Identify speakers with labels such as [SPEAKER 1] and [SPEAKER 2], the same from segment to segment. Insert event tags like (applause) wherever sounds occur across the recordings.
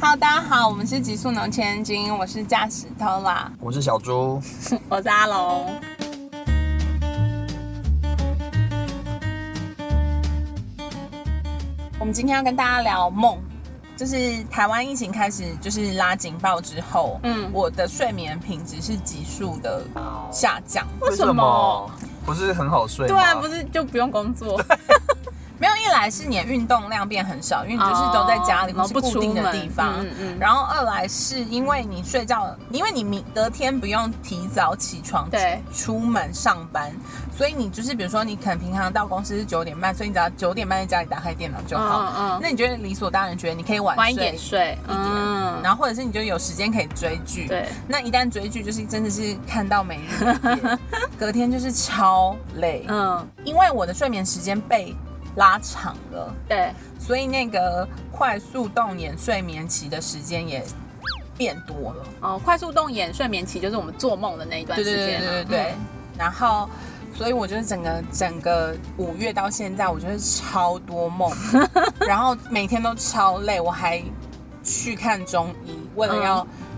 [SPEAKER 1] Hello，大家好，我们是极速农千金，我是驾驶偷啦，
[SPEAKER 2] 我是小猪，
[SPEAKER 1] (laughs) 我是阿龙。我们今天要跟大家聊梦，就是台湾疫情开始就是拉警报之后，嗯
[SPEAKER 3] 嗯，
[SPEAKER 1] 我的睡眠品质是急速的下降。
[SPEAKER 3] 为什么？
[SPEAKER 2] 不是很好睡吗？
[SPEAKER 3] 对啊，不是就不用工
[SPEAKER 1] (laughs)
[SPEAKER 3] 作，
[SPEAKER 1] 没有，一来是你的运动量变很少，因为你就是都在家里，
[SPEAKER 3] 哦
[SPEAKER 1] 不是固定的地方。
[SPEAKER 3] 不出门嗯嗯嗯
[SPEAKER 1] 然后二来是因为你睡觉，因为你明隔天不用提早起床，
[SPEAKER 3] 对，
[SPEAKER 1] 出门上班，所以你就是比如说你可能平常到公司是九点半，所以你只要九点半在家里打开电脑就
[SPEAKER 3] (laughs)
[SPEAKER 1] 好。
[SPEAKER 3] 嗯嗯
[SPEAKER 1] 那你觉得理所当然觉得你可以晚
[SPEAKER 3] 晚
[SPEAKER 1] 睡
[SPEAKER 3] 一点睡，嗯
[SPEAKER 1] 一点然后或者是你就有时间可以追剧。
[SPEAKER 3] 对，
[SPEAKER 1] 那一旦追剧就是真的是看到没日没夜， (laughs) 隔天就是超累。
[SPEAKER 3] 嗯，
[SPEAKER 1] 因为我的睡眠时间被拉长了，
[SPEAKER 3] 对，
[SPEAKER 1] 所以那个快速动眼睡眠期的时间也变多了。
[SPEAKER 3] 哦，快速动眼睡眠期就是我们做梦的那一段
[SPEAKER 1] 对
[SPEAKER 3] 时
[SPEAKER 1] 对对
[SPEAKER 3] 间啊嗯
[SPEAKER 1] 对
[SPEAKER 3] 嘛，
[SPEAKER 1] 对对。然后，所以我就是整个整个五月到现在，我就是超
[SPEAKER 3] (laughs)
[SPEAKER 1] 多梦，然后每天都超累，我还去看中医，为
[SPEAKER 3] 嗯
[SPEAKER 1] 了要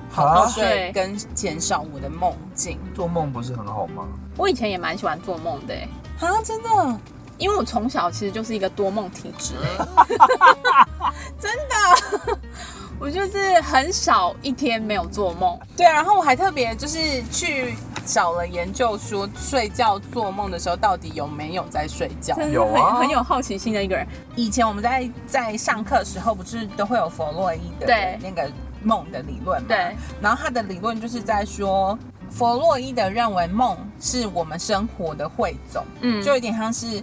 [SPEAKER 1] 好好
[SPEAKER 3] 哦
[SPEAKER 2] 啊
[SPEAKER 1] 睡跟减少我的梦境。
[SPEAKER 2] 做梦不是很好吗？
[SPEAKER 3] 嗯我以前也蛮喜欢做梦的欸，
[SPEAKER 1] 啊，真的，
[SPEAKER 3] 因为我从小其实就是一个多梦体质
[SPEAKER 1] (laughs)
[SPEAKER 3] 欸，真的， (laughs) 我就是很少一天没有做梦，
[SPEAKER 1] 对啊，然后我还特别就是去找了研究说，睡觉做梦的时候到底有没有在睡觉？
[SPEAKER 3] 真的
[SPEAKER 2] 有
[SPEAKER 3] 很、
[SPEAKER 2] 啊
[SPEAKER 3] 很有好奇心的一个人，
[SPEAKER 1] 以前我们在在上课的时候，不是都会有弗洛伊德的
[SPEAKER 3] 对
[SPEAKER 1] 那个梦的理论嘛？
[SPEAKER 3] 对。
[SPEAKER 1] 然后他的理论就是在说，弗洛伊德认为梦是我们生活的汇总，
[SPEAKER 3] 嗯，
[SPEAKER 1] 就有点像是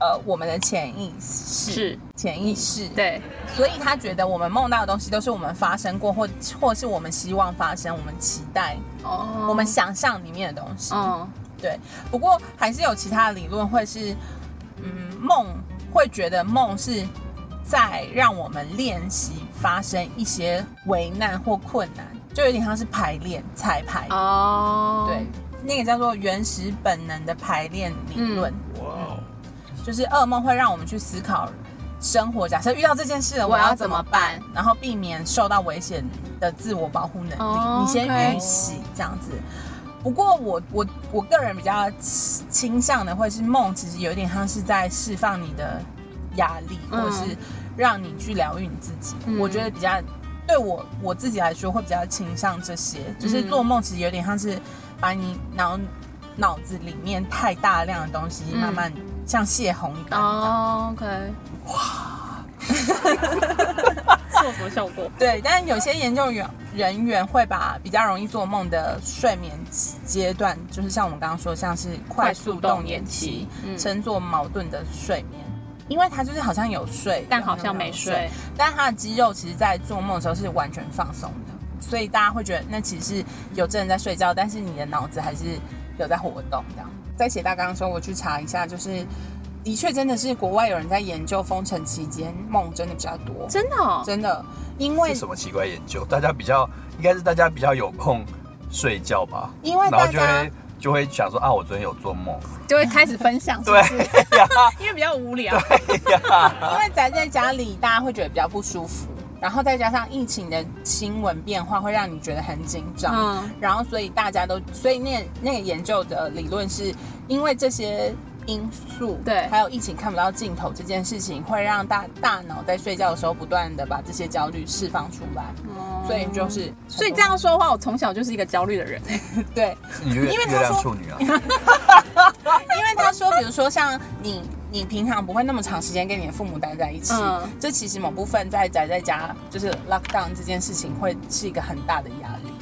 [SPEAKER 1] 呃我们的潜意识，
[SPEAKER 3] 是
[SPEAKER 1] 潜意识。，
[SPEAKER 3] 对，
[SPEAKER 1] 所以他觉得我们梦到的东西都是我们发生过，或或是我们希望发生，我们期待，
[SPEAKER 3] 哦，
[SPEAKER 1] 我们想象里面的东西。
[SPEAKER 3] 嗯，
[SPEAKER 1] 对，不过还是有其他的理论会是，嗯，梦会觉得梦是在让我们练习发生一些危难或困难，就有点像是排练彩排，
[SPEAKER 3] 哦，
[SPEAKER 1] 对，，那个叫做原始本能的排练理论，
[SPEAKER 3] 嗯
[SPEAKER 2] 哇，
[SPEAKER 1] 就是噩梦会让我们去思考生活，假设遇到这件事了，
[SPEAKER 3] 我
[SPEAKER 1] 要
[SPEAKER 3] 要
[SPEAKER 1] 怎
[SPEAKER 3] 怎
[SPEAKER 1] 么
[SPEAKER 3] 么
[SPEAKER 1] 办？
[SPEAKER 3] 办？
[SPEAKER 1] 然后避免受到危险的自我保护能力，
[SPEAKER 3] 哦
[SPEAKER 1] 你先
[SPEAKER 3] OK
[SPEAKER 1] 预习这样子。不过我我我个人比较倾倾向的会是梦，其实有点像是在释放你的压力，
[SPEAKER 3] 嗯
[SPEAKER 1] 或者是让你去疗愈你自己。
[SPEAKER 3] 嗯
[SPEAKER 1] 我觉得比较对我我自己来说会比较倾向这些，就是
[SPEAKER 3] 嗯
[SPEAKER 1] 做梦其实有点像是把你脑脑子里面太大量的东西
[SPEAKER 3] 嗯
[SPEAKER 1] 慢慢像泄洪一般。
[SPEAKER 3] 哦，OK，哇，做佛效果，
[SPEAKER 1] 对，但有些研究员人员会把比较容易做梦的睡眠阶段，就是像我们刚刚说，像是快速动眼期，
[SPEAKER 3] 嗯
[SPEAKER 1] 称作矛盾的睡眠，因为他就是好像有睡，
[SPEAKER 3] (laughs) 但好像没
[SPEAKER 1] 然后又
[SPEAKER 3] 睡
[SPEAKER 1] 有，，但他的肌肉其实在做梦的时候是完全放松的，所以大家会觉得那其实是有真人在睡觉，但是你的脑子还是有在活动这样。在写大纲的时候，我去查一下，就是的确真的是国外有人在研究封城期间梦真的比较多，
[SPEAKER 3] 真的哦，
[SPEAKER 1] 真的，因为
[SPEAKER 2] 是什么奇怪研究？大家比较应该是大家比较有空睡觉吧，
[SPEAKER 1] 因为
[SPEAKER 2] 然
[SPEAKER 1] 大
[SPEAKER 2] 后就
[SPEAKER 1] 家
[SPEAKER 2] 会就会想说啊，我昨天有做梦，
[SPEAKER 3] 就会开始分享，
[SPEAKER 2] 对
[SPEAKER 3] 是不是因为比较无聊，
[SPEAKER 1] 因为宅在家里，大家会觉得比较不舒服，然后再加上疫情的新闻变化，会让你觉得很紧张。
[SPEAKER 3] 嗯
[SPEAKER 1] 然后所以大家都，所以那那个研究的理论是因为这些因素，
[SPEAKER 3] 对
[SPEAKER 1] 还有疫情看不到尽头这件事情，会让大大脑在睡觉的时候不断的把这些焦虑释放出来，所以就是，
[SPEAKER 3] 所以这样说的话，我从小就是一个焦虑的人，哎
[SPEAKER 1] 对，
[SPEAKER 2] 你月
[SPEAKER 1] 因为他
[SPEAKER 2] 月亮
[SPEAKER 1] 说
[SPEAKER 2] 处女啊，
[SPEAKER 1] 因为他说，比如说像你，你平常不会那么长时间跟你的父母待在一起，
[SPEAKER 3] 嗯
[SPEAKER 1] 这其实某部分在宅在家就是 lockdown 这件事情会是一个很大的压力。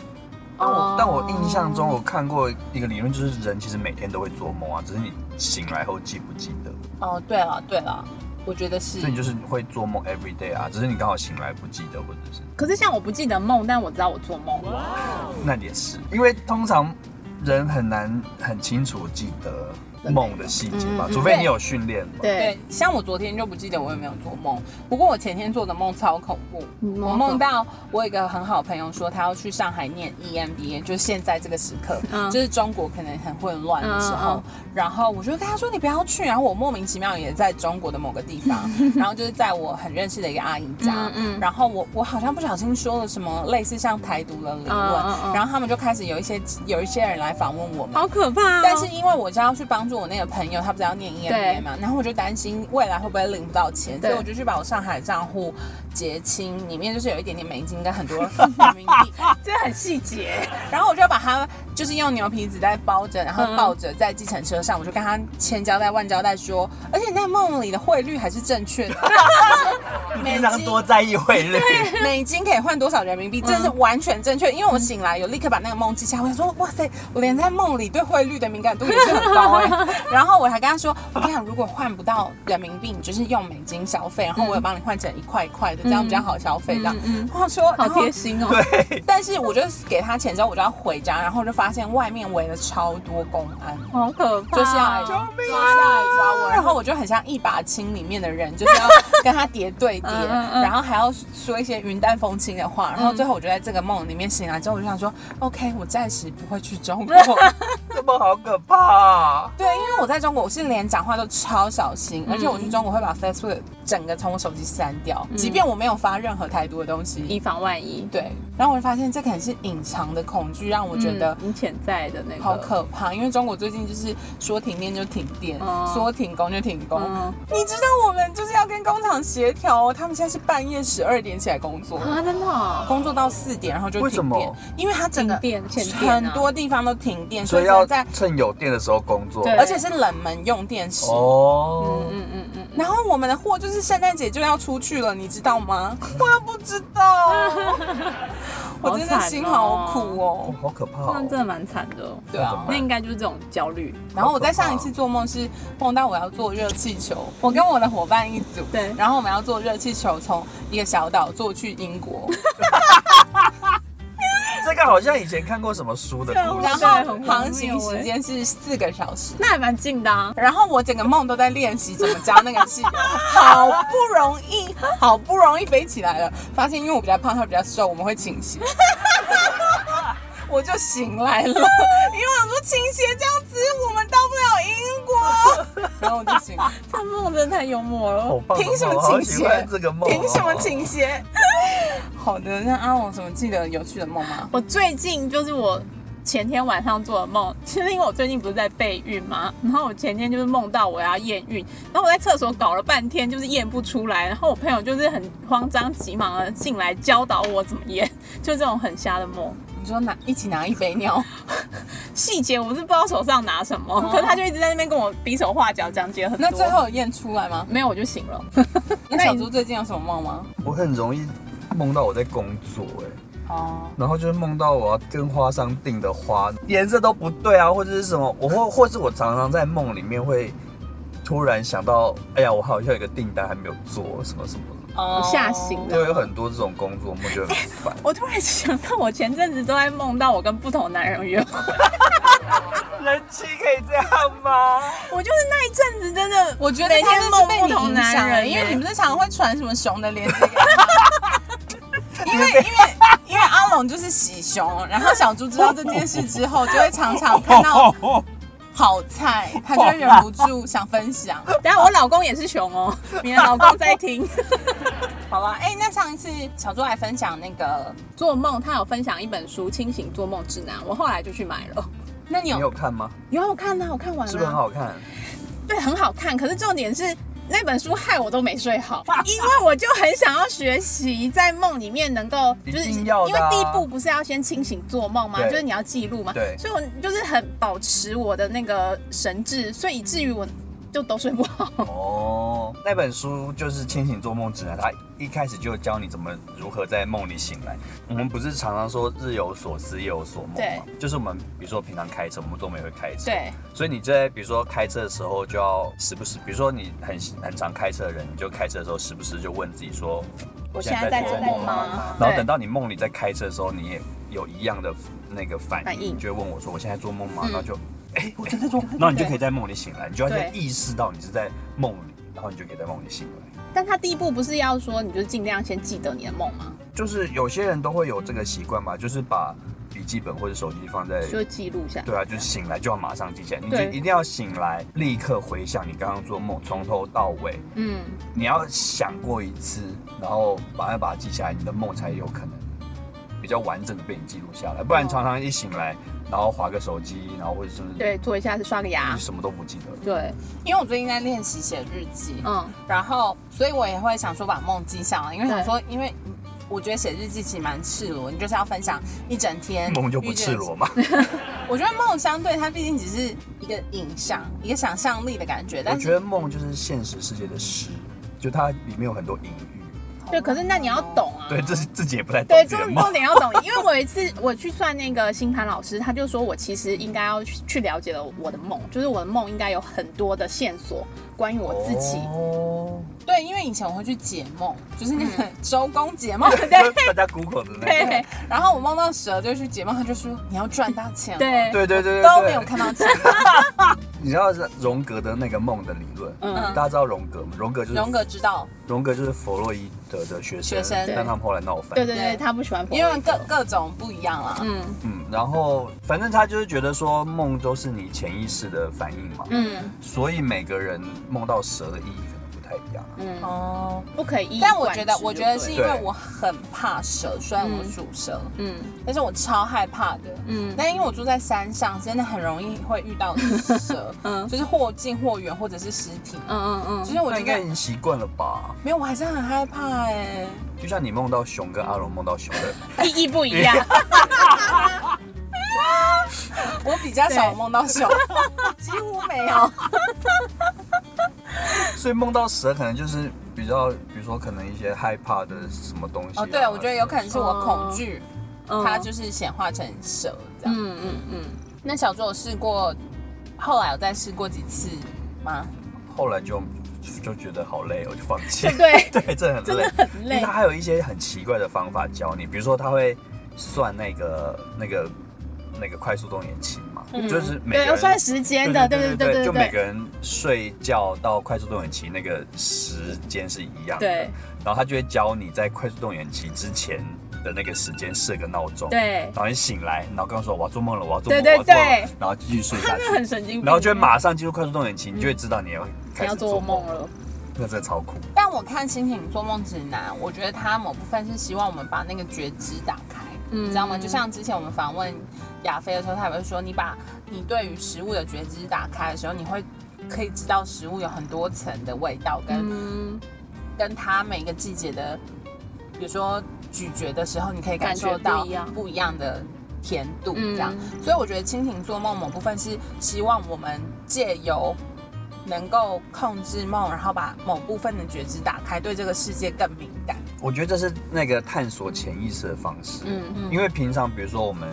[SPEAKER 2] 但
[SPEAKER 3] 哦
[SPEAKER 2] 我但我印象中我看过一个理论，就是人其实每天都会做梦啊，只是你醒来后记不记得，
[SPEAKER 1] 哦，对了对了，我觉得是
[SPEAKER 2] 所以你就是会做梦 every day 啊，只是你刚好醒来不记得或者是。
[SPEAKER 3] 可是像我不记得梦，但我知道我做梦，
[SPEAKER 2] 那也是，因为通常人很难很清楚记得梦的细节吧
[SPEAKER 3] 嗯，嗯
[SPEAKER 2] 除非你有训练嘛。
[SPEAKER 1] 对
[SPEAKER 3] 对，，
[SPEAKER 1] 像我昨天就不记得我有没有做梦，不过我前天做的梦超恐怖。
[SPEAKER 3] 嗯
[SPEAKER 1] 我梦到我有一个很好的朋友说他要去上海念 E EMBA，就是现在这个时刻，
[SPEAKER 3] 嗯
[SPEAKER 1] 就是中国可能很混乱的时候。
[SPEAKER 3] 嗯嗯
[SPEAKER 1] 然后我就跟他说你不要去，啊然后我莫名其妙也在中国的某个地
[SPEAKER 3] (laughs)
[SPEAKER 1] 方，然后就是在我很认识的一个阿姨家，
[SPEAKER 3] 嗯嗯
[SPEAKER 1] 然后我我好像不小心说了什么类似像台独的理论，
[SPEAKER 3] 嗯嗯嗯
[SPEAKER 1] 然后他们就开始有一些有一些人来访问我们，
[SPEAKER 3] 好可怕、哦。
[SPEAKER 1] 但是因为我知道去帮助我那个朋友，他不是要念 E EMBA
[SPEAKER 3] 对
[SPEAKER 1] 嘛，然后我就担心未来会不会领不到钱，所
[SPEAKER 3] 对
[SPEAKER 1] 以我就去把我上海账户结清，里面就是有一点点美金跟
[SPEAKER 3] (laughs)
[SPEAKER 1] 很多人民币，
[SPEAKER 3] 这很细节，
[SPEAKER 1] 然后我就把它就是用牛皮纸袋包着，然后
[SPEAKER 3] 嗯
[SPEAKER 1] 抱着在计程车上，我就跟他千交代万交代说，而且那梦里的汇率还是正确的，
[SPEAKER 2] 平常多在意汇率，
[SPEAKER 3] (laughs)
[SPEAKER 1] 美金可以换多少人民币，这
[SPEAKER 3] 嗯
[SPEAKER 1] 是完全正确。因为我醒来有立刻把那个梦记下，我想说，哇塞，我连在梦里对汇率的敏感度也是很高哎、然后我还跟他说，我跟你讲，如果换不到人民币，你就是用美金消费，然后我有帮你换成一块一块的，这样比较好消费。这样，
[SPEAKER 3] 嗯嗯
[SPEAKER 1] 我想说
[SPEAKER 3] 好贴。
[SPEAKER 1] 然后
[SPEAKER 3] 心哦。
[SPEAKER 2] 对，
[SPEAKER 1] 但是我就是给他钱之后，我就要回家，然后我就发现外面围了超多公安。
[SPEAKER 3] 好可怕，哦
[SPEAKER 1] 就是要来抓来抓我，然后
[SPEAKER 3] 啊
[SPEAKER 1] 我就很像一把青里面的人，就是要跟他叠对叠，
[SPEAKER 3] 嗯嗯嗯嗯
[SPEAKER 1] 然后还要说一些云淡风轻的话，然后最后我就在这个梦里面醒来之后，我就想说，OK，我暂时不会去
[SPEAKER 3] (laughs)
[SPEAKER 1] 中国，
[SPEAKER 2] (laughs) 这梦好可怕啊。
[SPEAKER 1] 对，因为我在中国我是连讲话都超小心，
[SPEAKER 3] 嗯
[SPEAKER 1] 而且我去中国会把 Facebook 整个从我手机删掉，即便我没有发任何太多的东西。
[SPEAKER 3] 以防万嗯一。
[SPEAKER 1] 对，然后我就发现这可能是隐藏的恐惧，让我觉得、
[SPEAKER 3] 嗯你潜在的那个
[SPEAKER 1] 好可怕，因为中国最近就是说停电就停电，
[SPEAKER 3] 嗯
[SPEAKER 1] 说停工就停工。
[SPEAKER 3] 嗯
[SPEAKER 1] 你知道我们就是要跟工厂协调哦，他们现在是半夜十二点起来工作，
[SPEAKER 3] 啊，真的哦、
[SPEAKER 1] 工作到四点，然后就
[SPEAKER 2] 为什
[SPEAKER 1] 停
[SPEAKER 2] 么
[SPEAKER 1] 电，因为它整个
[SPEAKER 3] 停电欠电啊
[SPEAKER 1] 很多地方都停电，
[SPEAKER 2] 所
[SPEAKER 1] (laughs) 所
[SPEAKER 2] 以
[SPEAKER 1] 以
[SPEAKER 2] 要
[SPEAKER 1] 现在
[SPEAKER 2] 趁有电的时候工作。
[SPEAKER 3] 对
[SPEAKER 1] 而且是冷门用电时。
[SPEAKER 2] 哦，
[SPEAKER 3] 嗯嗯嗯嗯，
[SPEAKER 1] 然后我们的货就是圣诞节就要出去了，你知道
[SPEAKER 2] (laughs)
[SPEAKER 1] 吗？我不知
[SPEAKER 3] (laughs)
[SPEAKER 1] 道，我真的心好苦
[SPEAKER 2] 哦
[SPEAKER 1] 哦。
[SPEAKER 2] 好可怕
[SPEAKER 3] 那真
[SPEAKER 2] 哦。
[SPEAKER 3] 的蛮惨的哦。
[SPEAKER 1] 对啊
[SPEAKER 2] 那怎么，
[SPEAKER 3] 那应该就是这种焦虑。
[SPEAKER 1] 然后我在上一次做梦是梦到我要做热气球，我跟我的伙伴一组，
[SPEAKER 3] 对
[SPEAKER 1] 然后我们要做热气球从一个小岛做去英国，
[SPEAKER 2] 这个好像以前看过什么书的故
[SPEAKER 1] 然
[SPEAKER 2] 事。
[SPEAKER 1] 后航行时间是四个小时。
[SPEAKER 3] 那还蛮近的啊，
[SPEAKER 1] 然后我整个梦都在练习怎么加那个气，好不容易，好不容易飞起来了。发现因为我比较胖，他比较瘦，我们会倾斜， (laughs) 我就醒来了。因为我说倾斜这样子，我们到不了英国， (laughs) 然后我就醒了。
[SPEAKER 3] 这梦真的太幽默
[SPEAKER 2] 好
[SPEAKER 3] 了。
[SPEAKER 2] 棒！
[SPEAKER 1] 凭什么
[SPEAKER 2] 我好
[SPEAKER 1] 倾
[SPEAKER 2] 喜
[SPEAKER 1] 斜
[SPEAKER 2] 欢这个？梦哦？
[SPEAKER 1] 凭什么倾斜？好的，那阿龙什么记得有趣的梦吗？
[SPEAKER 3] 我最近就是我前天晚上做的梦， (laughs) 其实因为我最近不是在备孕嘛，然后我前天就是梦到我要验孕，然后我在厕所搞了半天就是验不出来，然后我朋友就是很慌张急忙的进来教导我怎么验， (laughs) 就这种很瞎的梦。
[SPEAKER 1] 你说拿一起拿一杯尿，
[SPEAKER 3] 细节我是不知道手上拿什么，
[SPEAKER 1] 哦
[SPEAKER 3] 可是他就一直在那边跟我比手画脚讲解很多。
[SPEAKER 1] 那最后有验出来吗？
[SPEAKER 3] 没有我就醒了， (laughs)
[SPEAKER 1] 那小猪最近有什么梦吗？
[SPEAKER 2] 我很容易梦到我在工作、哎，
[SPEAKER 1] 哦，
[SPEAKER 2] 然后就是梦到我要跟花商订的花颜色都不对啊，或者是什么，我或或是我常常在梦里面会突然想到，哎呀，我好像有一个订单还没有做，什么什么的，
[SPEAKER 1] 哦
[SPEAKER 3] 吓醒了
[SPEAKER 2] 就有很多这种工作梦就很烦。
[SPEAKER 3] 我突然想到我前阵子都在梦到我跟不同男人约
[SPEAKER 2] (laughs)
[SPEAKER 3] 会，
[SPEAKER 2] 人妻可以这样吗？
[SPEAKER 3] 我就是那一阵子真的，
[SPEAKER 1] 我觉得
[SPEAKER 3] 每
[SPEAKER 1] 他
[SPEAKER 3] 天
[SPEAKER 1] 就是
[SPEAKER 3] 梦
[SPEAKER 1] 被
[SPEAKER 3] 不
[SPEAKER 1] 你
[SPEAKER 3] 同
[SPEAKER 1] 影响
[SPEAKER 3] 男
[SPEAKER 1] 了，
[SPEAKER 3] 人，
[SPEAKER 1] 因为你
[SPEAKER 3] 们
[SPEAKER 1] 不是常常会传什么熊的链接给
[SPEAKER 3] (laughs)
[SPEAKER 1] 他？因为因为因为阿龙就是喜熊，然后小猪知道这件事之后，就会常常看到好菜，他就会忍不住想分享。
[SPEAKER 3] (laughs) 等一下我老公也是熊
[SPEAKER 1] (laughs)
[SPEAKER 3] 哦，你的老公在听
[SPEAKER 1] 好吧，哎、那上一次小猪来分享那个，
[SPEAKER 3] 做梦，他有分享一本书《清醒做梦指南》，我后来就去买了。
[SPEAKER 1] 那你有
[SPEAKER 2] 你有看吗？
[SPEAKER 3] 有啊我看啊，我看完了，
[SPEAKER 2] 是不是很好看？
[SPEAKER 3] 对，很好看。可是重点是那本书害我都没睡好，因为我就很想要学习在梦里面能够，就是
[SPEAKER 2] 一定要
[SPEAKER 3] 因
[SPEAKER 2] 的
[SPEAKER 3] 为
[SPEAKER 2] 啊
[SPEAKER 3] 第一步不是要先清醒做梦吗？
[SPEAKER 2] 对
[SPEAKER 3] 就是你要记录嘛。
[SPEAKER 2] 对
[SPEAKER 3] 所以我就是很保持我的那个神智，所以以至于我就都睡不好。
[SPEAKER 2] 哦，那本书就是《清醒做梦指南》，它一开始就教你怎么如何在梦里醒来。我们不是常常说日有所思，夜有所梦
[SPEAKER 3] 对
[SPEAKER 2] 吗？就是我们比如说平常开车，我们做梦也会开车，
[SPEAKER 3] 对，
[SPEAKER 2] 所以你在比如说开车的时候，就要时不时，比如说你很很常开车的人，你就开车的时候时不时就问自己说，我
[SPEAKER 3] 现在在
[SPEAKER 2] 做
[SPEAKER 3] 做
[SPEAKER 2] 梦
[SPEAKER 3] 梦
[SPEAKER 2] 吗？
[SPEAKER 3] 吗
[SPEAKER 2] 然后
[SPEAKER 3] 对
[SPEAKER 2] 等到你梦里在开车的时候，你也有一样的那个反应，
[SPEAKER 3] 反应
[SPEAKER 2] 你就会问我说我现在做梦吗？
[SPEAKER 3] 嗯
[SPEAKER 2] 然后就哎、哎、 (laughs) 我正在做梦，然后你就可以在梦里醒来，你就要先意识到你是在梦里，然后你就可以在梦里醒来。
[SPEAKER 3] 但他第一步不是要说，你就尽量先记得你的梦吗？
[SPEAKER 2] 就是有些人都会有这个习惯嘛，就是把笔记本或者手机放在。
[SPEAKER 3] 就记录下来。
[SPEAKER 2] 对啊，就是醒来就要马上记起来，你就
[SPEAKER 3] 对
[SPEAKER 2] 一定要醒来，立刻回想你刚刚做梦，从头到尾，
[SPEAKER 3] 嗯，
[SPEAKER 2] 你要想过一次，然后把它把它记下来，你的梦才有可能比较完整的被你记录下来。不然
[SPEAKER 3] 哦
[SPEAKER 2] 常常一醒来，然后划个手机，然后或者是
[SPEAKER 3] 对，做一下是刷个牙
[SPEAKER 2] 你。什么都不记得了。
[SPEAKER 3] 对，
[SPEAKER 1] 嗯因为我最近在练习写日记，
[SPEAKER 3] 嗯，
[SPEAKER 1] 然后所以我也会想说把梦记下来，因为
[SPEAKER 3] 对
[SPEAKER 1] 想说，因为我觉得写日记其实蛮赤裸，你就是要分享一整天
[SPEAKER 2] 梦就不赤裸。嘛，
[SPEAKER 1] 我觉得梦相对它毕竟只是一个影像，一个想象力的感觉，
[SPEAKER 2] (laughs) 我
[SPEAKER 1] 但
[SPEAKER 2] 觉
[SPEAKER 1] 是
[SPEAKER 2] 得梦就是现实世界的诗，就它里面有很多隐喻。
[SPEAKER 3] 对，可是那你要懂啊。
[SPEAKER 2] 对，这是自己也不太懂
[SPEAKER 3] 对，
[SPEAKER 2] 自己
[SPEAKER 3] 重重
[SPEAKER 2] 的 (laughs) 梦。
[SPEAKER 3] 点要懂，因为我有一次我去算那个星盘老师，他就说我其实应该要去去了解了我的梦，就是我的梦应该有很多的线索关于我自己。 (laughs)
[SPEAKER 2] 哦，
[SPEAKER 1] 对，因为以前我会去解梦，就是那
[SPEAKER 3] 嗯
[SPEAKER 1] 个 (laughs) 周公解梦，
[SPEAKER 2] 对，大家 Google 的那个。
[SPEAKER 3] 对
[SPEAKER 1] 然后我梦到蛇就去解梦，他就说你要赚大钱，，
[SPEAKER 3] 对
[SPEAKER 2] 对对对对
[SPEAKER 1] 都没有
[SPEAKER 2] 对，
[SPEAKER 1] 看到钱，
[SPEAKER 2] 你知道是荣格的那个梦的理论，
[SPEAKER 3] 嗯
[SPEAKER 2] 大家知道荣格吗？荣格就是
[SPEAKER 1] 荣格知道，
[SPEAKER 2] 荣格就是弗洛伊德的学生，
[SPEAKER 1] 学生
[SPEAKER 2] 但他们后来闹翻。
[SPEAKER 3] 对对对，他不喜欢朋
[SPEAKER 1] 因
[SPEAKER 3] 友
[SPEAKER 1] 为各各种不一样啊啦。
[SPEAKER 3] 嗯
[SPEAKER 2] 嗯，然后反正他就是觉得说梦都是你潜意识的反应嘛，
[SPEAKER 3] 嗯
[SPEAKER 2] 所以每个人梦到蛇的意义可能不太一样啊。
[SPEAKER 3] 嗯，
[SPEAKER 1] 哦，
[SPEAKER 3] 不可以一以
[SPEAKER 1] 但我
[SPEAKER 3] 贯
[SPEAKER 1] 觉得，
[SPEAKER 3] 之
[SPEAKER 1] 我
[SPEAKER 3] 就
[SPEAKER 1] 觉得
[SPEAKER 3] 对
[SPEAKER 1] 是因
[SPEAKER 2] 对
[SPEAKER 1] 为我很怕蛇，虽然我
[SPEAKER 3] 嗯
[SPEAKER 1] 属蛇，
[SPEAKER 3] 嗯
[SPEAKER 1] 但是我超害怕的。
[SPEAKER 3] 嗯
[SPEAKER 1] 但因为我住在山上，真的很容易会遇到蛇，
[SPEAKER 3] (laughs) 嗯
[SPEAKER 1] 就是或近或远，或者是尸体。
[SPEAKER 3] 嗯嗯嗯，
[SPEAKER 1] 其实我
[SPEAKER 2] 那
[SPEAKER 1] 觉
[SPEAKER 2] 应该已
[SPEAKER 1] 得
[SPEAKER 2] 经习惯了吧？
[SPEAKER 1] 没有，我还是很害怕哎、
[SPEAKER 2] 就像你梦到熊跟阿龙梦到熊
[SPEAKER 1] (laughs)
[SPEAKER 2] 的，
[SPEAKER 3] 意义不一样。
[SPEAKER 1] 我比较少
[SPEAKER 3] 对
[SPEAKER 1] 梦
[SPEAKER 3] (laughs)
[SPEAKER 1] 到熊，几乎没有。
[SPEAKER 2] 所以梦到蛇可能就是比较，比如说可能一些害怕的什么东西啊、
[SPEAKER 1] 哦，对，我觉得有可能是我恐惧，
[SPEAKER 3] 嗯
[SPEAKER 1] 它就是显化成蛇这样。
[SPEAKER 3] 嗯嗯嗯，
[SPEAKER 1] 那小猪有试过，后来有再试过几次吗？
[SPEAKER 2] 后来就就觉得好累，我就放弃
[SPEAKER 3] 对。不对？
[SPEAKER 2] (laughs) 对，这很累，
[SPEAKER 3] 真的很
[SPEAKER 2] 因为
[SPEAKER 3] 累
[SPEAKER 2] 他。还有一些很奇怪的方法教你，比如说他会算那个那个那个快速动眼期嘛，就是每
[SPEAKER 3] 嗯对，
[SPEAKER 2] 个人
[SPEAKER 3] 要算时间的，对对对对
[SPEAKER 2] 就每个
[SPEAKER 3] 对，
[SPEAKER 2] 人睡觉到快速动眼期那个时间是一样的，
[SPEAKER 3] 对
[SPEAKER 2] 然后他就会教你在快速动眼期之前的那个时间设个闹钟，
[SPEAKER 3] 对
[SPEAKER 2] 然后你醒来，然后刚说我要做梦了，我要做
[SPEAKER 3] 对
[SPEAKER 2] 梦，
[SPEAKER 3] 对
[SPEAKER 2] 我要做梦
[SPEAKER 3] 对
[SPEAKER 2] 了，然后继续睡
[SPEAKER 3] 他
[SPEAKER 2] 下
[SPEAKER 3] (laughs) 们很
[SPEAKER 2] 去，
[SPEAKER 3] 神经病，
[SPEAKER 2] 然后就会马上进入快速动眼期，你就会知道你要
[SPEAKER 3] 嗯你
[SPEAKER 2] 开
[SPEAKER 3] 要
[SPEAKER 2] 始
[SPEAKER 3] 做
[SPEAKER 2] 做
[SPEAKER 3] 梦
[SPEAKER 2] 梦，
[SPEAKER 3] 了。
[SPEAKER 2] 那真的超酷。
[SPEAKER 1] 但我看《星星做梦指南》，我觉得它某部分是希望我们把那个觉知打开，
[SPEAKER 3] 嗯
[SPEAKER 1] 你知道吗？就像之前我们访问亚飞的时候，他也会说，你把你对于食物的觉知打开的时候，你会可以知道食物有很多层的味道，跟、
[SPEAKER 3] 嗯，
[SPEAKER 1] 跟它每个季节的，比如说咀嚼的时候，你可以感
[SPEAKER 3] 感觉
[SPEAKER 1] 受到
[SPEAKER 3] 不一样
[SPEAKER 1] 不一样的甜度，
[SPEAKER 3] 嗯
[SPEAKER 1] 这样。所以我觉得《蜻蜓做梦》某部分是希望我们借由能够控制梦，然后把某部分的觉知打开，对这个世界更敏感。
[SPEAKER 2] 我觉得这是那个探索潜意识的方式。
[SPEAKER 3] 嗯
[SPEAKER 1] 嗯
[SPEAKER 2] 因为平常比如说我们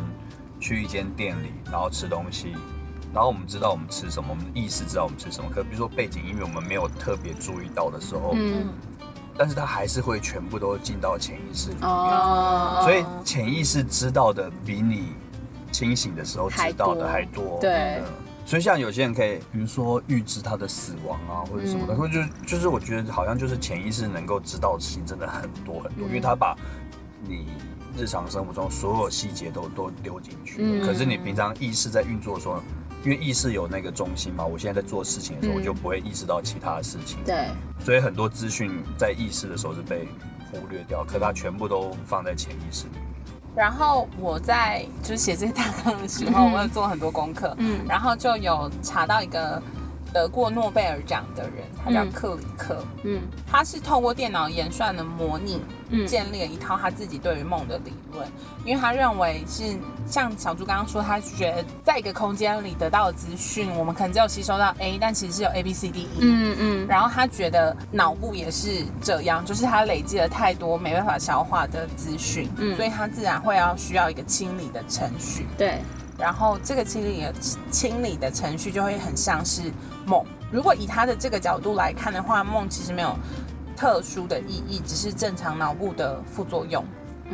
[SPEAKER 2] 去一间店里，然后吃东西，然后我们知道我们吃什么，我们的意识知道我们吃什么。可比如说背景音乐，我们没有特别注意到的时候，
[SPEAKER 3] 嗯
[SPEAKER 2] 但是它还是会全部都进到潜意识里。
[SPEAKER 3] 哦，
[SPEAKER 2] 所以潜意识知道的比你清醒的时候知道的还
[SPEAKER 3] 还
[SPEAKER 2] 多。
[SPEAKER 3] 对
[SPEAKER 2] 嗯。所以像有些人可以，比如说预知他的死亡啊，或者什么的，
[SPEAKER 3] 嗯
[SPEAKER 2] 或者就就是我觉得好像就是潜意识能够知道的事情真的很多很多，
[SPEAKER 3] 嗯
[SPEAKER 2] 因为他把你日常生活中所有细节都都丢进去了。
[SPEAKER 3] 嗯
[SPEAKER 2] 可是你平常意识在运作的时候，因为意识有那个中心嘛，我现在在做事情的时候，
[SPEAKER 3] 嗯
[SPEAKER 2] 我就不会意识到其他的事情。
[SPEAKER 3] 对，
[SPEAKER 2] 所以很多资讯在意识的时候是被忽略
[SPEAKER 3] 嗯
[SPEAKER 2] 掉，可它全部都放在潜意识里。
[SPEAKER 1] 然后我在就是写这个大纲的时候，
[SPEAKER 3] 嗯
[SPEAKER 1] 我有做很多功课，
[SPEAKER 3] 嗯
[SPEAKER 1] 然后就有查到一个得过诺贝尔奖的人，他叫
[SPEAKER 3] 嗯
[SPEAKER 1] 克里克，
[SPEAKER 3] 嗯
[SPEAKER 1] 他是透过电脑演算的模拟，
[SPEAKER 3] 嗯
[SPEAKER 1] 建立了一套他自己对于梦的理论，因为他认为是像小猪刚刚说，他觉得在一个空间里得到的资讯，我们可能只有吸收到 A，但其实是有 A B C D E。
[SPEAKER 3] 嗯嗯，
[SPEAKER 1] 然后他觉得脑部也是这样，就是他累积了太多没办法消化的资讯，
[SPEAKER 3] 嗯
[SPEAKER 1] 所以他自然会要需要一个清理的程序。
[SPEAKER 3] 对，
[SPEAKER 1] 然后这个清理的清理的程序就会很像是梦。如果以他的这个角度来看的话，梦其实没有特殊的意义，只是正
[SPEAKER 3] 嗯
[SPEAKER 1] 常脑部的副作用，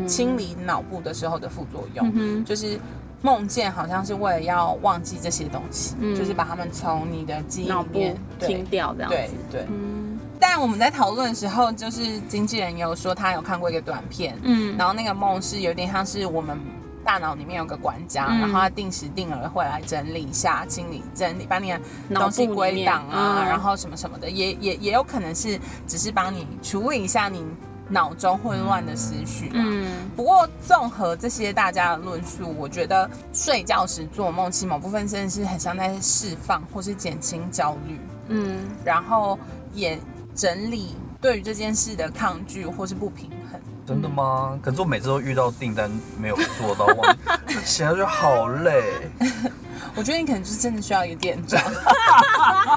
[SPEAKER 1] 清理脑部的时候的副作用，
[SPEAKER 3] 嗯哼
[SPEAKER 1] 就是梦见好像是为了要忘记这些东西，
[SPEAKER 3] 嗯
[SPEAKER 1] 就是把它们从你的记忆
[SPEAKER 3] 脑
[SPEAKER 1] 里
[SPEAKER 3] 部
[SPEAKER 1] 面
[SPEAKER 3] 清
[SPEAKER 1] 对
[SPEAKER 3] 掉这样
[SPEAKER 1] 对
[SPEAKER 3] 子。
[SPEAKER 1] 对。
[SPEAKER 3] 嗯
[SPEAKER 1] 但我们在讨论的时候，就是经纪人有说他有看过一个短片，
[SPEAKER 3] 嗯
[SPEAKER 1] 然后那个梦是有点像是我们大脑里面有个管家，
[SPEAKER 3] 嗯
[SPEAKER 1] 然后他定时定额会来整理一下、清理、整理，把你的
[SPEAKER 3] 脑
[SPEAKER 1] 东西
[SPEAKER 3] 部里
[SPEAKER 1] 归
[SPEAKER 3] 面
[SPEAKER 1] 档啊，
[SPEAKER 3] 嗯
[SPEAKER 1] 然后什么什么的，也也也有可能是只是帮你处理一下你脑中混乱的思绪。嗯。
[SPEAKER 3] 嗯，
[SPEAKER 1] 不过，综合这些大家的论述，我觉得睡觉时做梦，其实某部分真的是很像在释放或是减轻焦虑。
[SPEAKER 3] 嗯
[SPEAKER 1] 然后也整理对于这件事的抗拒或是不平衡。
[SPEAKER 2] 真的
[SPEAKER 3] 嗯
[SPEAKER 2] 吗？可是我每次都遇到订单没有做到， (laughs) 忘记就起来就好累。
[SPEAKER 1] 我觉得你可能就是真的需要一个店 (laughs) 长。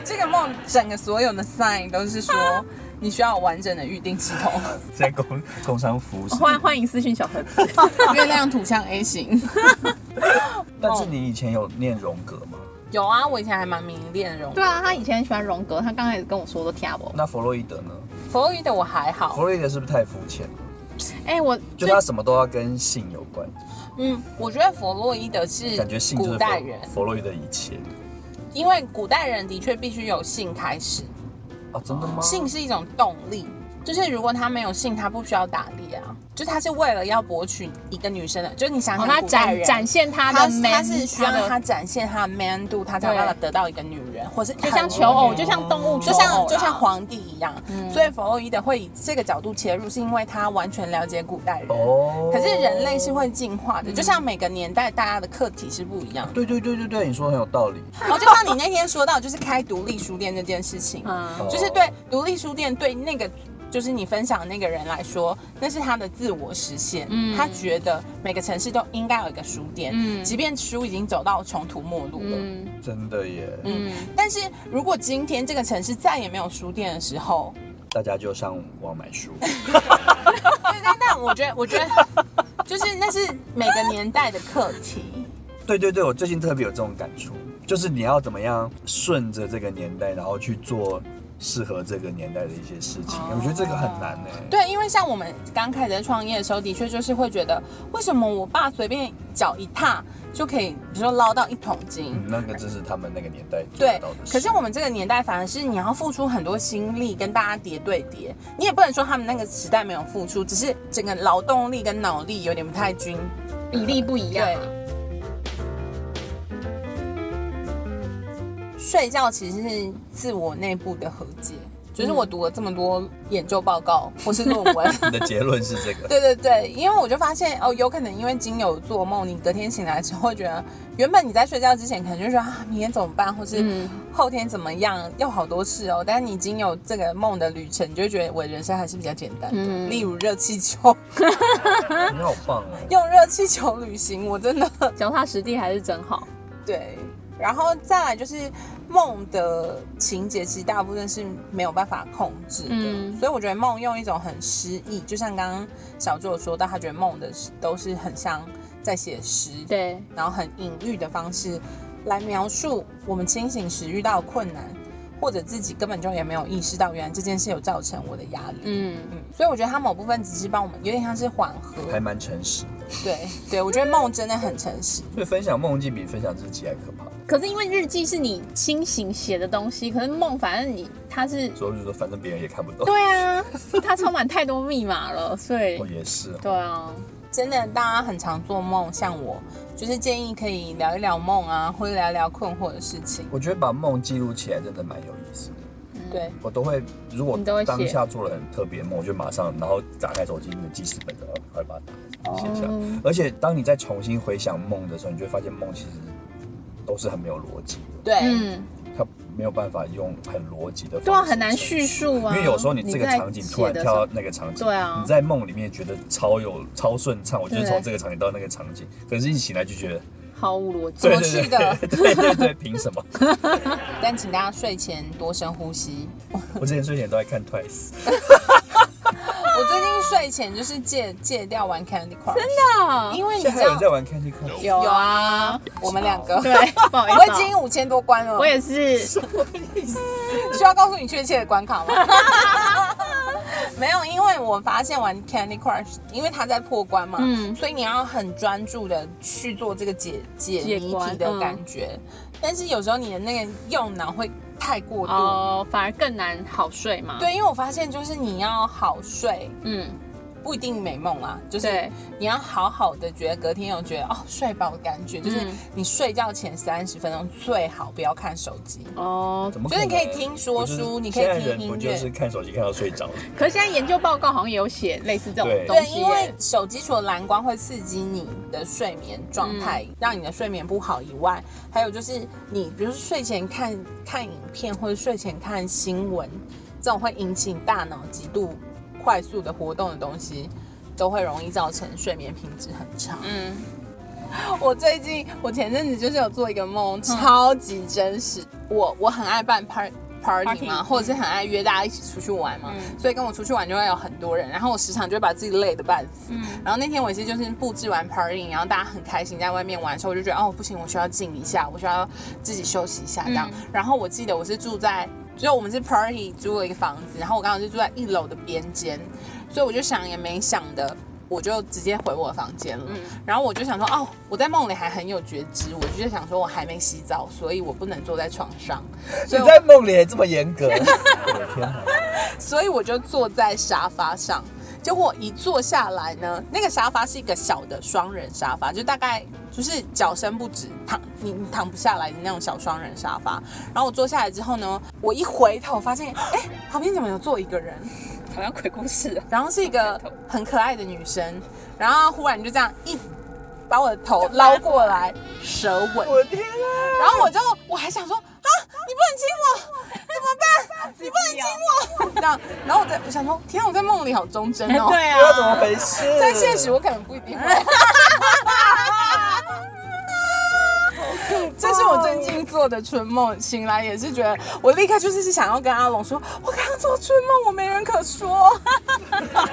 [SPEAKER 1] 这个梦整个所有的 sign 都是 (laughs) 说你需要有完整的预定系统。 (laughs)
[SPEAKER 2] 在工工商服务
[SPEAKER 1] 哦
[SPEAKER 2] 上，
[SPEAKER 3] 欢欢迎私讯小盒子。
[SPEAKER 1] 月亮土象 A 型。
[SPEAKER 2] 但
[SPEAKER 1] 哦
[SPEAKER 2] 是你以前有念荣格吗？
[SPEAKER 1] 有啊，我以前还蛮迷恋的
[SPEAKER 3] (laughs)
[SPEAKER 1] 容。
[SPEAKER 3] 对啊，他以前很喜欢荣格，他刚开始跟我说都听不懂。
[SPEAKER 2] 那弗洛伊德呢？
[SPEAKER 1] 弗洛伊德我还好
[SPEAKER 2] 弗，洛伊德是不是太肤浅了？
[SPEAKER 3] 哎、我
[SPEAKER 2] 就他什么都要跟性有关，
[SPEAKER 1] 嗯，我觉得弗洛伊德是
[SPEAKER 2] 感觉性就
[SPEAKER 1] 古
[SPEAKER 2] 是
[SPEAKER 1] 代人，
[SPEAKER 2] 弗弗洛伊德一切
[SPEAKER 1] 因为古代人的确必须有性开始，
[SPEAKER 2] 啊，真的吗？
[SPEAKER 1] 性是一种动力，就是如果他没有性，他不需要打猎啊，就他是为了要博取一个女生的，就是你想
[SPEAKER 3] 哦，
[SPEAKER 1] 想、
[SPEAKER 3] 他展展。现他
[SPEAKER 1] 他
[SPEAKER 3] 的
[SPEAKER 1] 是
[SPEAKER 3] man，
[SPEAKER 1] 他是需
[SPEAKER 3] 他
[SPEAKER 1] 要
[SPEAKER 3] 的
[SPEAKER 1] 他展现他的 man 度，他才有办法得到一个女人，或是
[SPEAKER 3] 就像求偶，
[SPEAKER 1] 很
[SPEAKER 3] 就像动物求
[SPEAKER 1] 就
[SPEAKER 3] 偶啦，嗯
[SPEAKER 1] 像就像皇帝一样。所以弗洛伊德会以这个角度切入，是因为他完全了解古代人。
[SPEAKER 2] 哦
[SPEAKER 1] 可是人类是会进化的，
[SPEAKER 3] 嗯
[SPEAKER 1] 就像每个年代大家的课题是不一
[SPEAKER 3] (laughs)
[SPEAKER 1] 样的。
[SPEAKER 2] 对对对对对，你说得很有道
[SPEAKER 1] (laughs)
[SPEAKER 2] 理。
[SPEAKER 1] 我就像你那天说到，就是开独立书店这件事情，
[SPEAKER 3] 嗯，
[SPEAKER 1] 就是对独立书店对那个就是你分享的那个人来说，那是他的自我实现。
[SPEAKER 3] 嗯
[SPEAKER 1] 他觉得每个城市都应该有一个书店，
[SPEAKER 3] 嗯
[SPEAKER 1] 即便书已经走到穷途末路了。
[SPEAKER 3] 嗯
[SPEAKER 2] 真的耶，
[SPEAKER 1] 嗯，但是如果今天这个城市再也没有书店的时 (laughs) 候，
[SPEAKER 2] 大家就上网买书。
[SPEAKER 1] 对，但但我觉得，我觉得就是那是每个年代的课题。
[SPEAKER 2] 对对对，我最近特别有这种感触，就是你要怎么样顺着这个年代，然后去做适合这个年代的一些事情。我觉得这个很难欸呢。
[SPEAKER 1] 对，因为像我们刚开始在创业的时候，的确就是会觉得，为什么我爸随便脚一踏就可以，比如说捞到一桶金，
[SPEAKER 2] 嗯，那个就是他们那个年代做
[SPEAKER 1] 对
[SPEAKER 2] 得到的，事。
[SPEAKER 1] 可是我们这个年代反而是你要付出很多心力跟大家叠对叠，你也不能说他们那个时代没有付出，只是整个劳动力跟脑力有点不太均。
[SPEAKER 3] 比例不一样啊。
[SPEAKER 1] 睡觉其实是自我内部的和解，就是我读了这么多研究报告或是论文，
[SPEAKER 2] 你的结论是这个，
[SPEAKER 1] 对对对，因为我就发现哦，有可能因为经由做梦，你隔天醒来之后会觉得，原本你在睡觉之前可能就觉得啊，明天怎么办，或是
[SPEAKER 3] 嗯
[SPEAKER 1] 后天怎么样，要好多事哦。但是你经由这个梦的旅程，你就会觉得我的人生还是比较简单的，
[SPEAKER 3] 嗯
[SPEAKER 1] 例如热气球， (laughs)
[SPEAKER 3] 啊
[SPEAKER 2] 你好棒哦。
[SPEAKER 1] 用热气球旅行，我真的
[SPEAKER 3] 脚踏实地还是真好。
[SPEAKER 1] 对。然后再来就是梦的情节，其实大部分是没有办法控制的，
[SPEAKER 3] 嗯
[SPEAKER 1] 所以我觉得梦用一种很诗意，就像刚刚小周有说到，他觉得梦的都是很像在写诗，
[SPEAKER 3] 对，
[SPEAKER 1] 然后很隐喻的方式来描述我们清醒时遇到的困难，或者自己根本就也没有意识到，原来这件事有造成我的压力。
[SPEAKER 3] 嗯，
[SPEAKER 1] 嗯，所以我觉得它某部分只是帮我们，有点像是缓和。
[SPEAKER 2] 还蛮诚实的，
[SPEAKER 1] 对对，我觉得梦真的很诚实。
[SPEAKER 2] 所以分享梦境比分享自己还可怕。
[SPEAKER 3] 可是因为日记是你清醒写的东西，可是梦反正你它是，
[SPEAKER 2] 所以我就说，反正别人也看不懂。
[SPEAKER 3] 对啊，它充满太多密码了，所以
[SPEAKER 2] 我也是哦，
[SPEAKER 3] 对啊，
[SPEAKER 1] 真的，大家很常做梦，像我，就是建议可以聊一聊梦啊，或者聊一聊困惑的事情。
[SPEAKER 2] 我觉得把梦记录起来真的蛮有意思的。
[SPEAKER 3] 嗯
[SPEAKER 1] 对，
[SPEAKER 2] 我都会，如果
[SPEAKER 3] 你都会写
[SPEAKER 2] 当下做了很特别的梦，我就马上，然后打开手机那个记事本，然后快把它打开写下来。
[SPEAKER 3] 哦
[SPEAKER 2] 而且当你再重新回想梦的时候，你就会发现梦其实都是很没有逻辑的，
[SPEAKER 1] 对，
[SPEAKER 3] 嗯，
[SPEAKER 2] 它没有办法用很逻辑的方式。
[SPEAKER 3] 对啊，很难叙。述啊，
[SPEAKER 2] 因为有时候你这个
[SPEAKER 3] 在
[SPEAKER 2] 场景突然
[SPEAKER 3] 写的
[SPEAKER 2] 跳
[SPEAKER 3] 时
[SPEAKER 2] 到那个场景，
[SPEAKER 3] 对啊
[SPEAKER 2] 你在梦里面觉得超有超顺畅，我就是
[SPEAKER 3] 对
[SPEAKER 2] 从这个场景到那个场景，可是一醒来就
[SPEAKER 1] (laughs)
[SPEAKER 2] 觉得，
[SPEAKER 3] 候毫无逻辑
[SPEAKER 2] 对，
[SPEAKER 1] 么
[SPEAKER 2] 对
[SPEAKER 1] 去
[SPEAKER 2] 对
[SPEAKER 1] 的
[SPEAKER 2] 对 (laughs) 对对对，凭什么？
[SPEAKER 1] 但请大家睡前多深呼吸。
[SPEAKER 2] 我之前睡前都在看 Twice，
[SPEAKER 1] 我最近睡前就是戒戒掉玩 Candy Crush，真
[SPEAKER 3] 啊
[SPEAKER 1] 因为你
[SPEAKER 2] 现在还有
[SPEAKER 1] 知
[SPEAKER 2] 人
[SPEAKER 1] 道
[SPEAKER 2] 在玩 Candy Crush，
[SPEAKER 3] 有
[SPEAKER 1] 有
[SPEAKER 3] 啊
[SPEAKER 1] 啊，，我们两
[SPEAKER 3] (laughs)
[SPEAKER 1] 个。
[SPEAKER 3] 对，不好意思
[SPEAKER 1] 我
[SPEAKER 3] 啊，
[SPEAKER 1] 已经五千多关了，
[SPEAKER 3] 我也是，
[SPEAKER 1] 需要告诉你确切的关卡吗？ (laughs) 没有，因为我发现玩 Candy Crush，因为它在破关嘛，
[SPEAKER 3] 嗯
[SPEAKER 1] 所以你要很专注的去做这个解解
[SPEAKER 3] 解
[SPEAKER 1] 谜题
[SPEAKER 3] 关
[SPEAKER 1] 的
[SPEAKER 3] 嗯
[SPEAKER 1] 感觉。但是有时候你的那个用脑会太过度。
[SPEAKER 3] 哦，反而更难好睡嘛。，
[SPEAKER 1] 对，因为我发现就是你要好睡，
[SPEAKER 3] 嗯，
[SPEAKER 1] 不一定美梦啦，就是
[SPEAKER 3] 对，
[SPEAKER 1] 你要好好的觉得隔天有觉得哦睡饱的感觉，就是
[SPEAKER 3] 嗯
[SPEAKER 1] 你睡觉前三十分钟最好不要看手机。
[SPEAKER 3] 哦
[SPEAKER 2] 怎。么
[SPEAKER 1] 就
[SPEAKER 2] 可
[SPEAKER 1] 是
[SPEAKER 2] 能？
[SPEAKER 1] 你可以听说
[SPEAKER 2] 不就
[SPEAKER 1] 书，
[SPEAKER 2] 是
[SPEAKER 1] 你可以
[SPEAKER 2] 现在
[SPEAKER 1] 听
[SPEAKER 2] 人不
[SPEAKER 1] 音
[SPEAKER 2] 就是
[SPEAKER 1] 乐。
[SPEAKER 2] 看手机看到睡着的？
[SPEAKER 1] (laughs)
[SPEAKER 3] 可是现在研究报告好像也有写类似这种
[SPEAKER 2] 对
[SPEAKER 3] 东
[SPEAKER 1] 对，
[SPEAKER 3] 西耶，
[SPEAKER 1] 因为手机除了蓝光会刺激你的睡眠状态，
[SPEAKER 3] 嗯
[SPEAKER 1] 让你的睡眠不好以外，还有就是你，比如说睡前看看影片或者睡前看新闻，这种会引起你大脑极度快速的活动的东西，都会容易造成睡眠品质很差。
[SPEAKER 3] 嗯，
[SPEAKER 1] 我最近，我前阵子就是有做一个梦，超级真实。我我很爱办 par party
[SPEAKER 3] Party，
[SPEAKER 1] 嘛，
[SPEAKER 3] 嗯
[SPEAKER 1] 或者是很爱约大家一起出去玩嘛，
[SPEAKER 3] 嗯
[SPEAKER 1] 所以跟我出去玩就会有很多人，然后我时常就会把自己累得半死。
[SPEAKER 3] 嗯
[SPEAKER 1] 然后那天我也是就是布置完 party，然后大家很开心在外面玩的时候，我就觉得哦不行，我需要静一下，我需要自己休息一下这样。
[SPEAKER 3] 嗯
[SPEAKER 1] 然后我记得我是住在，就我们是 party 租了一个房子，然后我刚好是住在一楼的边间，所以我就想也没想的，我就直接回我的房间了。然后我就想说，哦，我在梦里还很有觉知，我就想说我还没洗澡，所以我不能坐在床上，
[SPEAKER 2] 你
[SPEAKER 1] 所以我
[SPEAKER 2] 在梦里还这么严
[SPEAKER 1] (laughs)
[SPEAKER 2] 格？我的天哪！
[SPEAKER 1] 所以我就坐在沙发上。结果一坐下来呢，那个沙发是一个小的双人沙发，就大概就是脚伸不直，躺你你躺不下来的那种小双人沙发。然后我坐下来之后呢，我一回头发现，哎，旁边怎么有坐一个人？
[SPEAKER 3] 好像鬼故事啊。
[SPEAKER 1] 然后是一 (laughs) 个很可爱的女生，然后忽然就这样一把我的头捞过来，舌吻。
[SPEAKER 2] 我的天哪！
[SPEAKER 1] 然后我就我还想说啊，你不能亲我，怎么办？你不能
[SPEAKER 2] 啊
[SPEAKER 1] 亲我，这样。然后我在我想说，天啊，我在梦里好忠贞 (laughs) 哦。
[SPEAKER 3] 对
[SPEAKER 2] 这怎么
[SPEAKER 3] 啊，
[SPEAKER 2] 回事？
[SPEAKER 1] 在现实我可能不一定会。 (laughs) 这是我最近做的春梦，醒来也是觉得，我立刻就是想要跟阿龙说，我刚刚做春梦，我没人可说。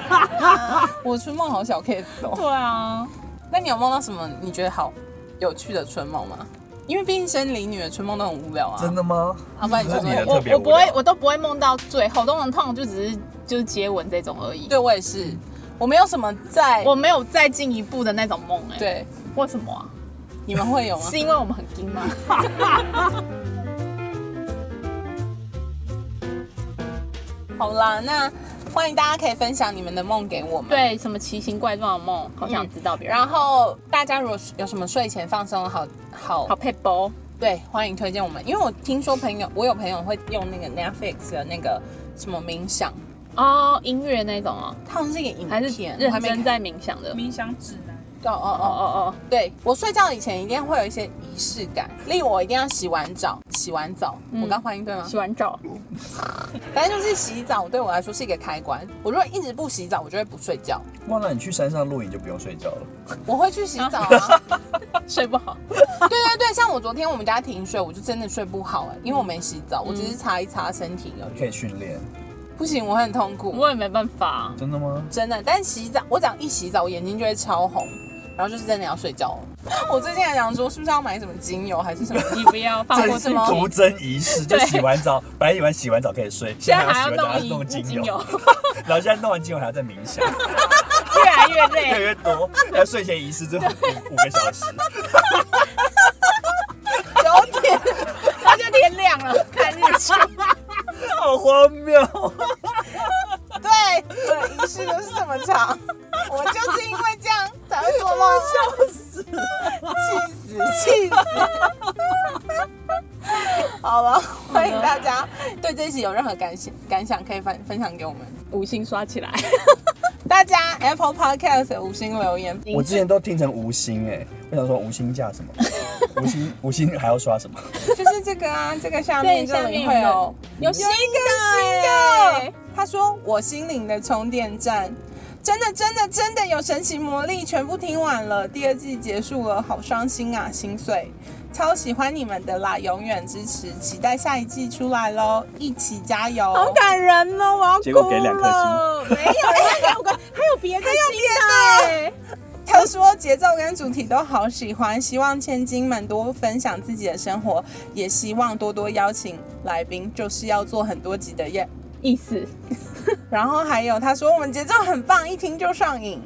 [SPEAKER 1] (laughs) 我春梦好小 case 哦。
[SPEAKER 3] 对啊，
[SPEAKER 1] 那你有梦到什么你觉得好有趣的春梦吗？因为毕竟生理女的春梦都很无聊啊。
[SPEAKER 2] 真的吗？
[SPEAKER 1] 啊，不然你
[SPEAKER 2] 这
[SPEAKER 1] 说
[SPEAKER 2] 是你的
[SPEAKER 1] 说
[SPEAKER 2] 特
[SPEAKER 3] 我
[SPEAKER 2] 别
[SPEAKER 3] 我
[SPEAKER 2] 无
[SPEAKER 3] 不会
[SPEAKER 2] 聊，
[SPEAKER 3] 我都不会梦到最后，通常通常就只是就是接吻这种而已。
[SPEAKER 1] 对我也是，我没有什么在，
[SPEAKER 3] 我没有再进一步的那种梦哎、，
[SPEAKER 1] 对，
[SPEAKER 3] 为什么啊？
[SPEAKER 1] 你们会有吗 (laughs)
[SPEAKER 3] 是？因为我们很硬吗？
[SPEAKER 1] 好啦，那欢迎大家可以分享你们的梦给我们。
[SPEAKER 3] 对，什么奇形怪状的梦，好想知道别人。
[SPEAKER 1] 然后大家如果有什么睡前放松好好
[SPEAKER 3] 好配包，
[SPEAKER 1] 对，欢迎推荐我们，因为我听说朋友，我有朋友会用那个 Netflix 的那个什么冥想，
[SPEAKER 3] 哦，音乐那种哦，
[SPEAKER 1] 它好像是一个影
[SPEAKER 3] 还是
[SPEAKER 1] 片，我还
[SPEAKER 3] 认
[SPEAKER 1] 没
[SPEAKER 3] 真
[SPEAKER 1] 看
[SPEAKER 3] 在冥想的。
[SPEAKER 4] 冥想指南。
[SPEAKER 1] 哦哦
[SPEAKER 3] 哦
[SPEAKER 1] 哦哦，
[SPEAKER 3] 哦
[SPEAKER 1] 对我睡觉以前一定会有一些仪式感，例如我一定要洗完澡，洗完澡，
[SPEAKER 3] 嗯
[SPEAKER 1] 我刚发音对吗
[SPEAKER 3] 哦，？洗完澡，
[SPEAKER 1] 反正就是洗澡对我来说是一个开关。我如果一直不洗澡，我就会不睡觉。
[SPEAKER 2] 忘了你去山上露营就不用睡觉了。
[SPEAKER 1] 我会去洗澡啊。
[SPEAKER 3] 睡不好。
[SPEAKER 1] (laughs) 对对对，像我昨天我们家停水，我就真的睡不好哎、因为我没洗澡，我
[SPEAKER 3] 嗯
[SPEAKER 1] 只是擦一擦身体而已。
[SPEAKER 2] 可以训练，
[SPEAKER 1] 不行，我会很痛苦，
[SPEAKER 3] 我也没办法，啊
[SPEAKER 2] 真的吗？
[SPEAKER 1] 真的。但洗澡，我只要一洗澡，我眼睛就会超红，然后就是真的要睡觉了。 (laughs) 我最近还想说，是不是要买什么精油还是 (laughs) 什么？
[SPEAKER 3] 你不要放过
[SPEAKER 2] 这
[SPEAKER 3] 自
[SPEAKER 2] 是
[SPEAKER 3] 己。
[SPEAKER 2] 徒增仪式，就
[SPEAKER 3] 对
[SPEAKER 2] 洗完澡，本来洗完洗完澡可以睡，
[SPEAKER 3] 现在还
[SPEAKER 2] 洗
[SPEAKER 3] 要
[SPEAKER 2] 完澡还
[SPEAKER 3] 弄
[SPEAKER 2] 要弄
[SPEAKER 3] 一
[SPEAKER 2] 精
[SPEAKER 3] 精
[SPEAKER 2] 油，
[SPEAKER 3] 油，
[SPEAKER 2] 然后现在弄完精油还要再冥想，
[SPEAKER 3] 越来越
[SPEAKER 2] 越
[SPEAKER 3] (laughs)
[SPEAKER 2] 来
[SPEAKER 3] 累。
[SPEAKER 2] 越多，要睡前仪式最后五五个小时。
[SPEAKER 1] 九点，
[SPEAKER 3] 然后就天亮了，看日出。
[SPEAKER 2] 好荒谬！
[SPEAKER 1] 对，我的仪式都是这么 (laughs) 长。我就是因为这样才会做梦，笑死，气死，气死。好了，欢迎大家对这一集有任何感想感想可以分分享给我们。
[SPEAKER 3] 五星刷起来，
[SPEAKER 1] 大家 Apple Podcast 的五星留言，
[SPEAKER 2] 我之前都听成无心哎、我想说无心价什么？无心无心还要刷什么？
[SPEAKER 1] 就是这个啊，这个哦下
[SPEAKER 3] 对
[SPEAKER 1] 面这里
[SPEAKER 3] 下面
[SPEAKER 1] 会有
[SPEAKER 3] 有有
[SPEAKER 1] 新
[SPEAKER 3] 新
[SPEAKER 1] 的
[SPEAKER 3] 的
[SPEAKER 1] 新的
[SPEAKER 3] 耶。
[SPEAKER 1] 他说我心灵的充电站。真的，真的，真的有神奇魔力，全部听完了。第二季结束了，好伤心啊，心碎。超喜欢你们的啦，永远支持，期待下一季出来喽，一起加油！
[SPEAKER 3] 好感人哦，我要哭了。
[SPEAKER 2] 结果给两颗星
[SPEAKER 3] 没有，人家给我个，还有别的星的欸。
[SPEAKER 1] 他说节奏跟主题都好喜欢，希望千金们多分享自己的生活，也希望多多邀请来宾，就是要做很多集的夜
[SPEAKER 3] 意思，
[SPEAKER 1] 然后还有他说我们节奏很棒，一听就上瘾。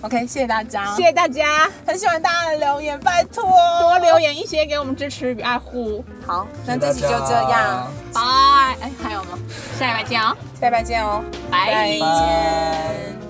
[SPEAKER 1] OK，谢谢大家，
[SPEAKER 3] 谢谢大家，
[SPEAKER 1] 很喜欢大家的留言，拜托
[SPEAKER 3] 多留言一些给我们支持与爱护。
[SPEAKER 1] 好，那这期就这样，
[SPEAKER 3] 拜，哎，还有吗？下礼拜见哦，
[SPEAKER 1] 下礼拜见哦，
[SPEAKER 3] 拜
[SPEAKER 1] 再见。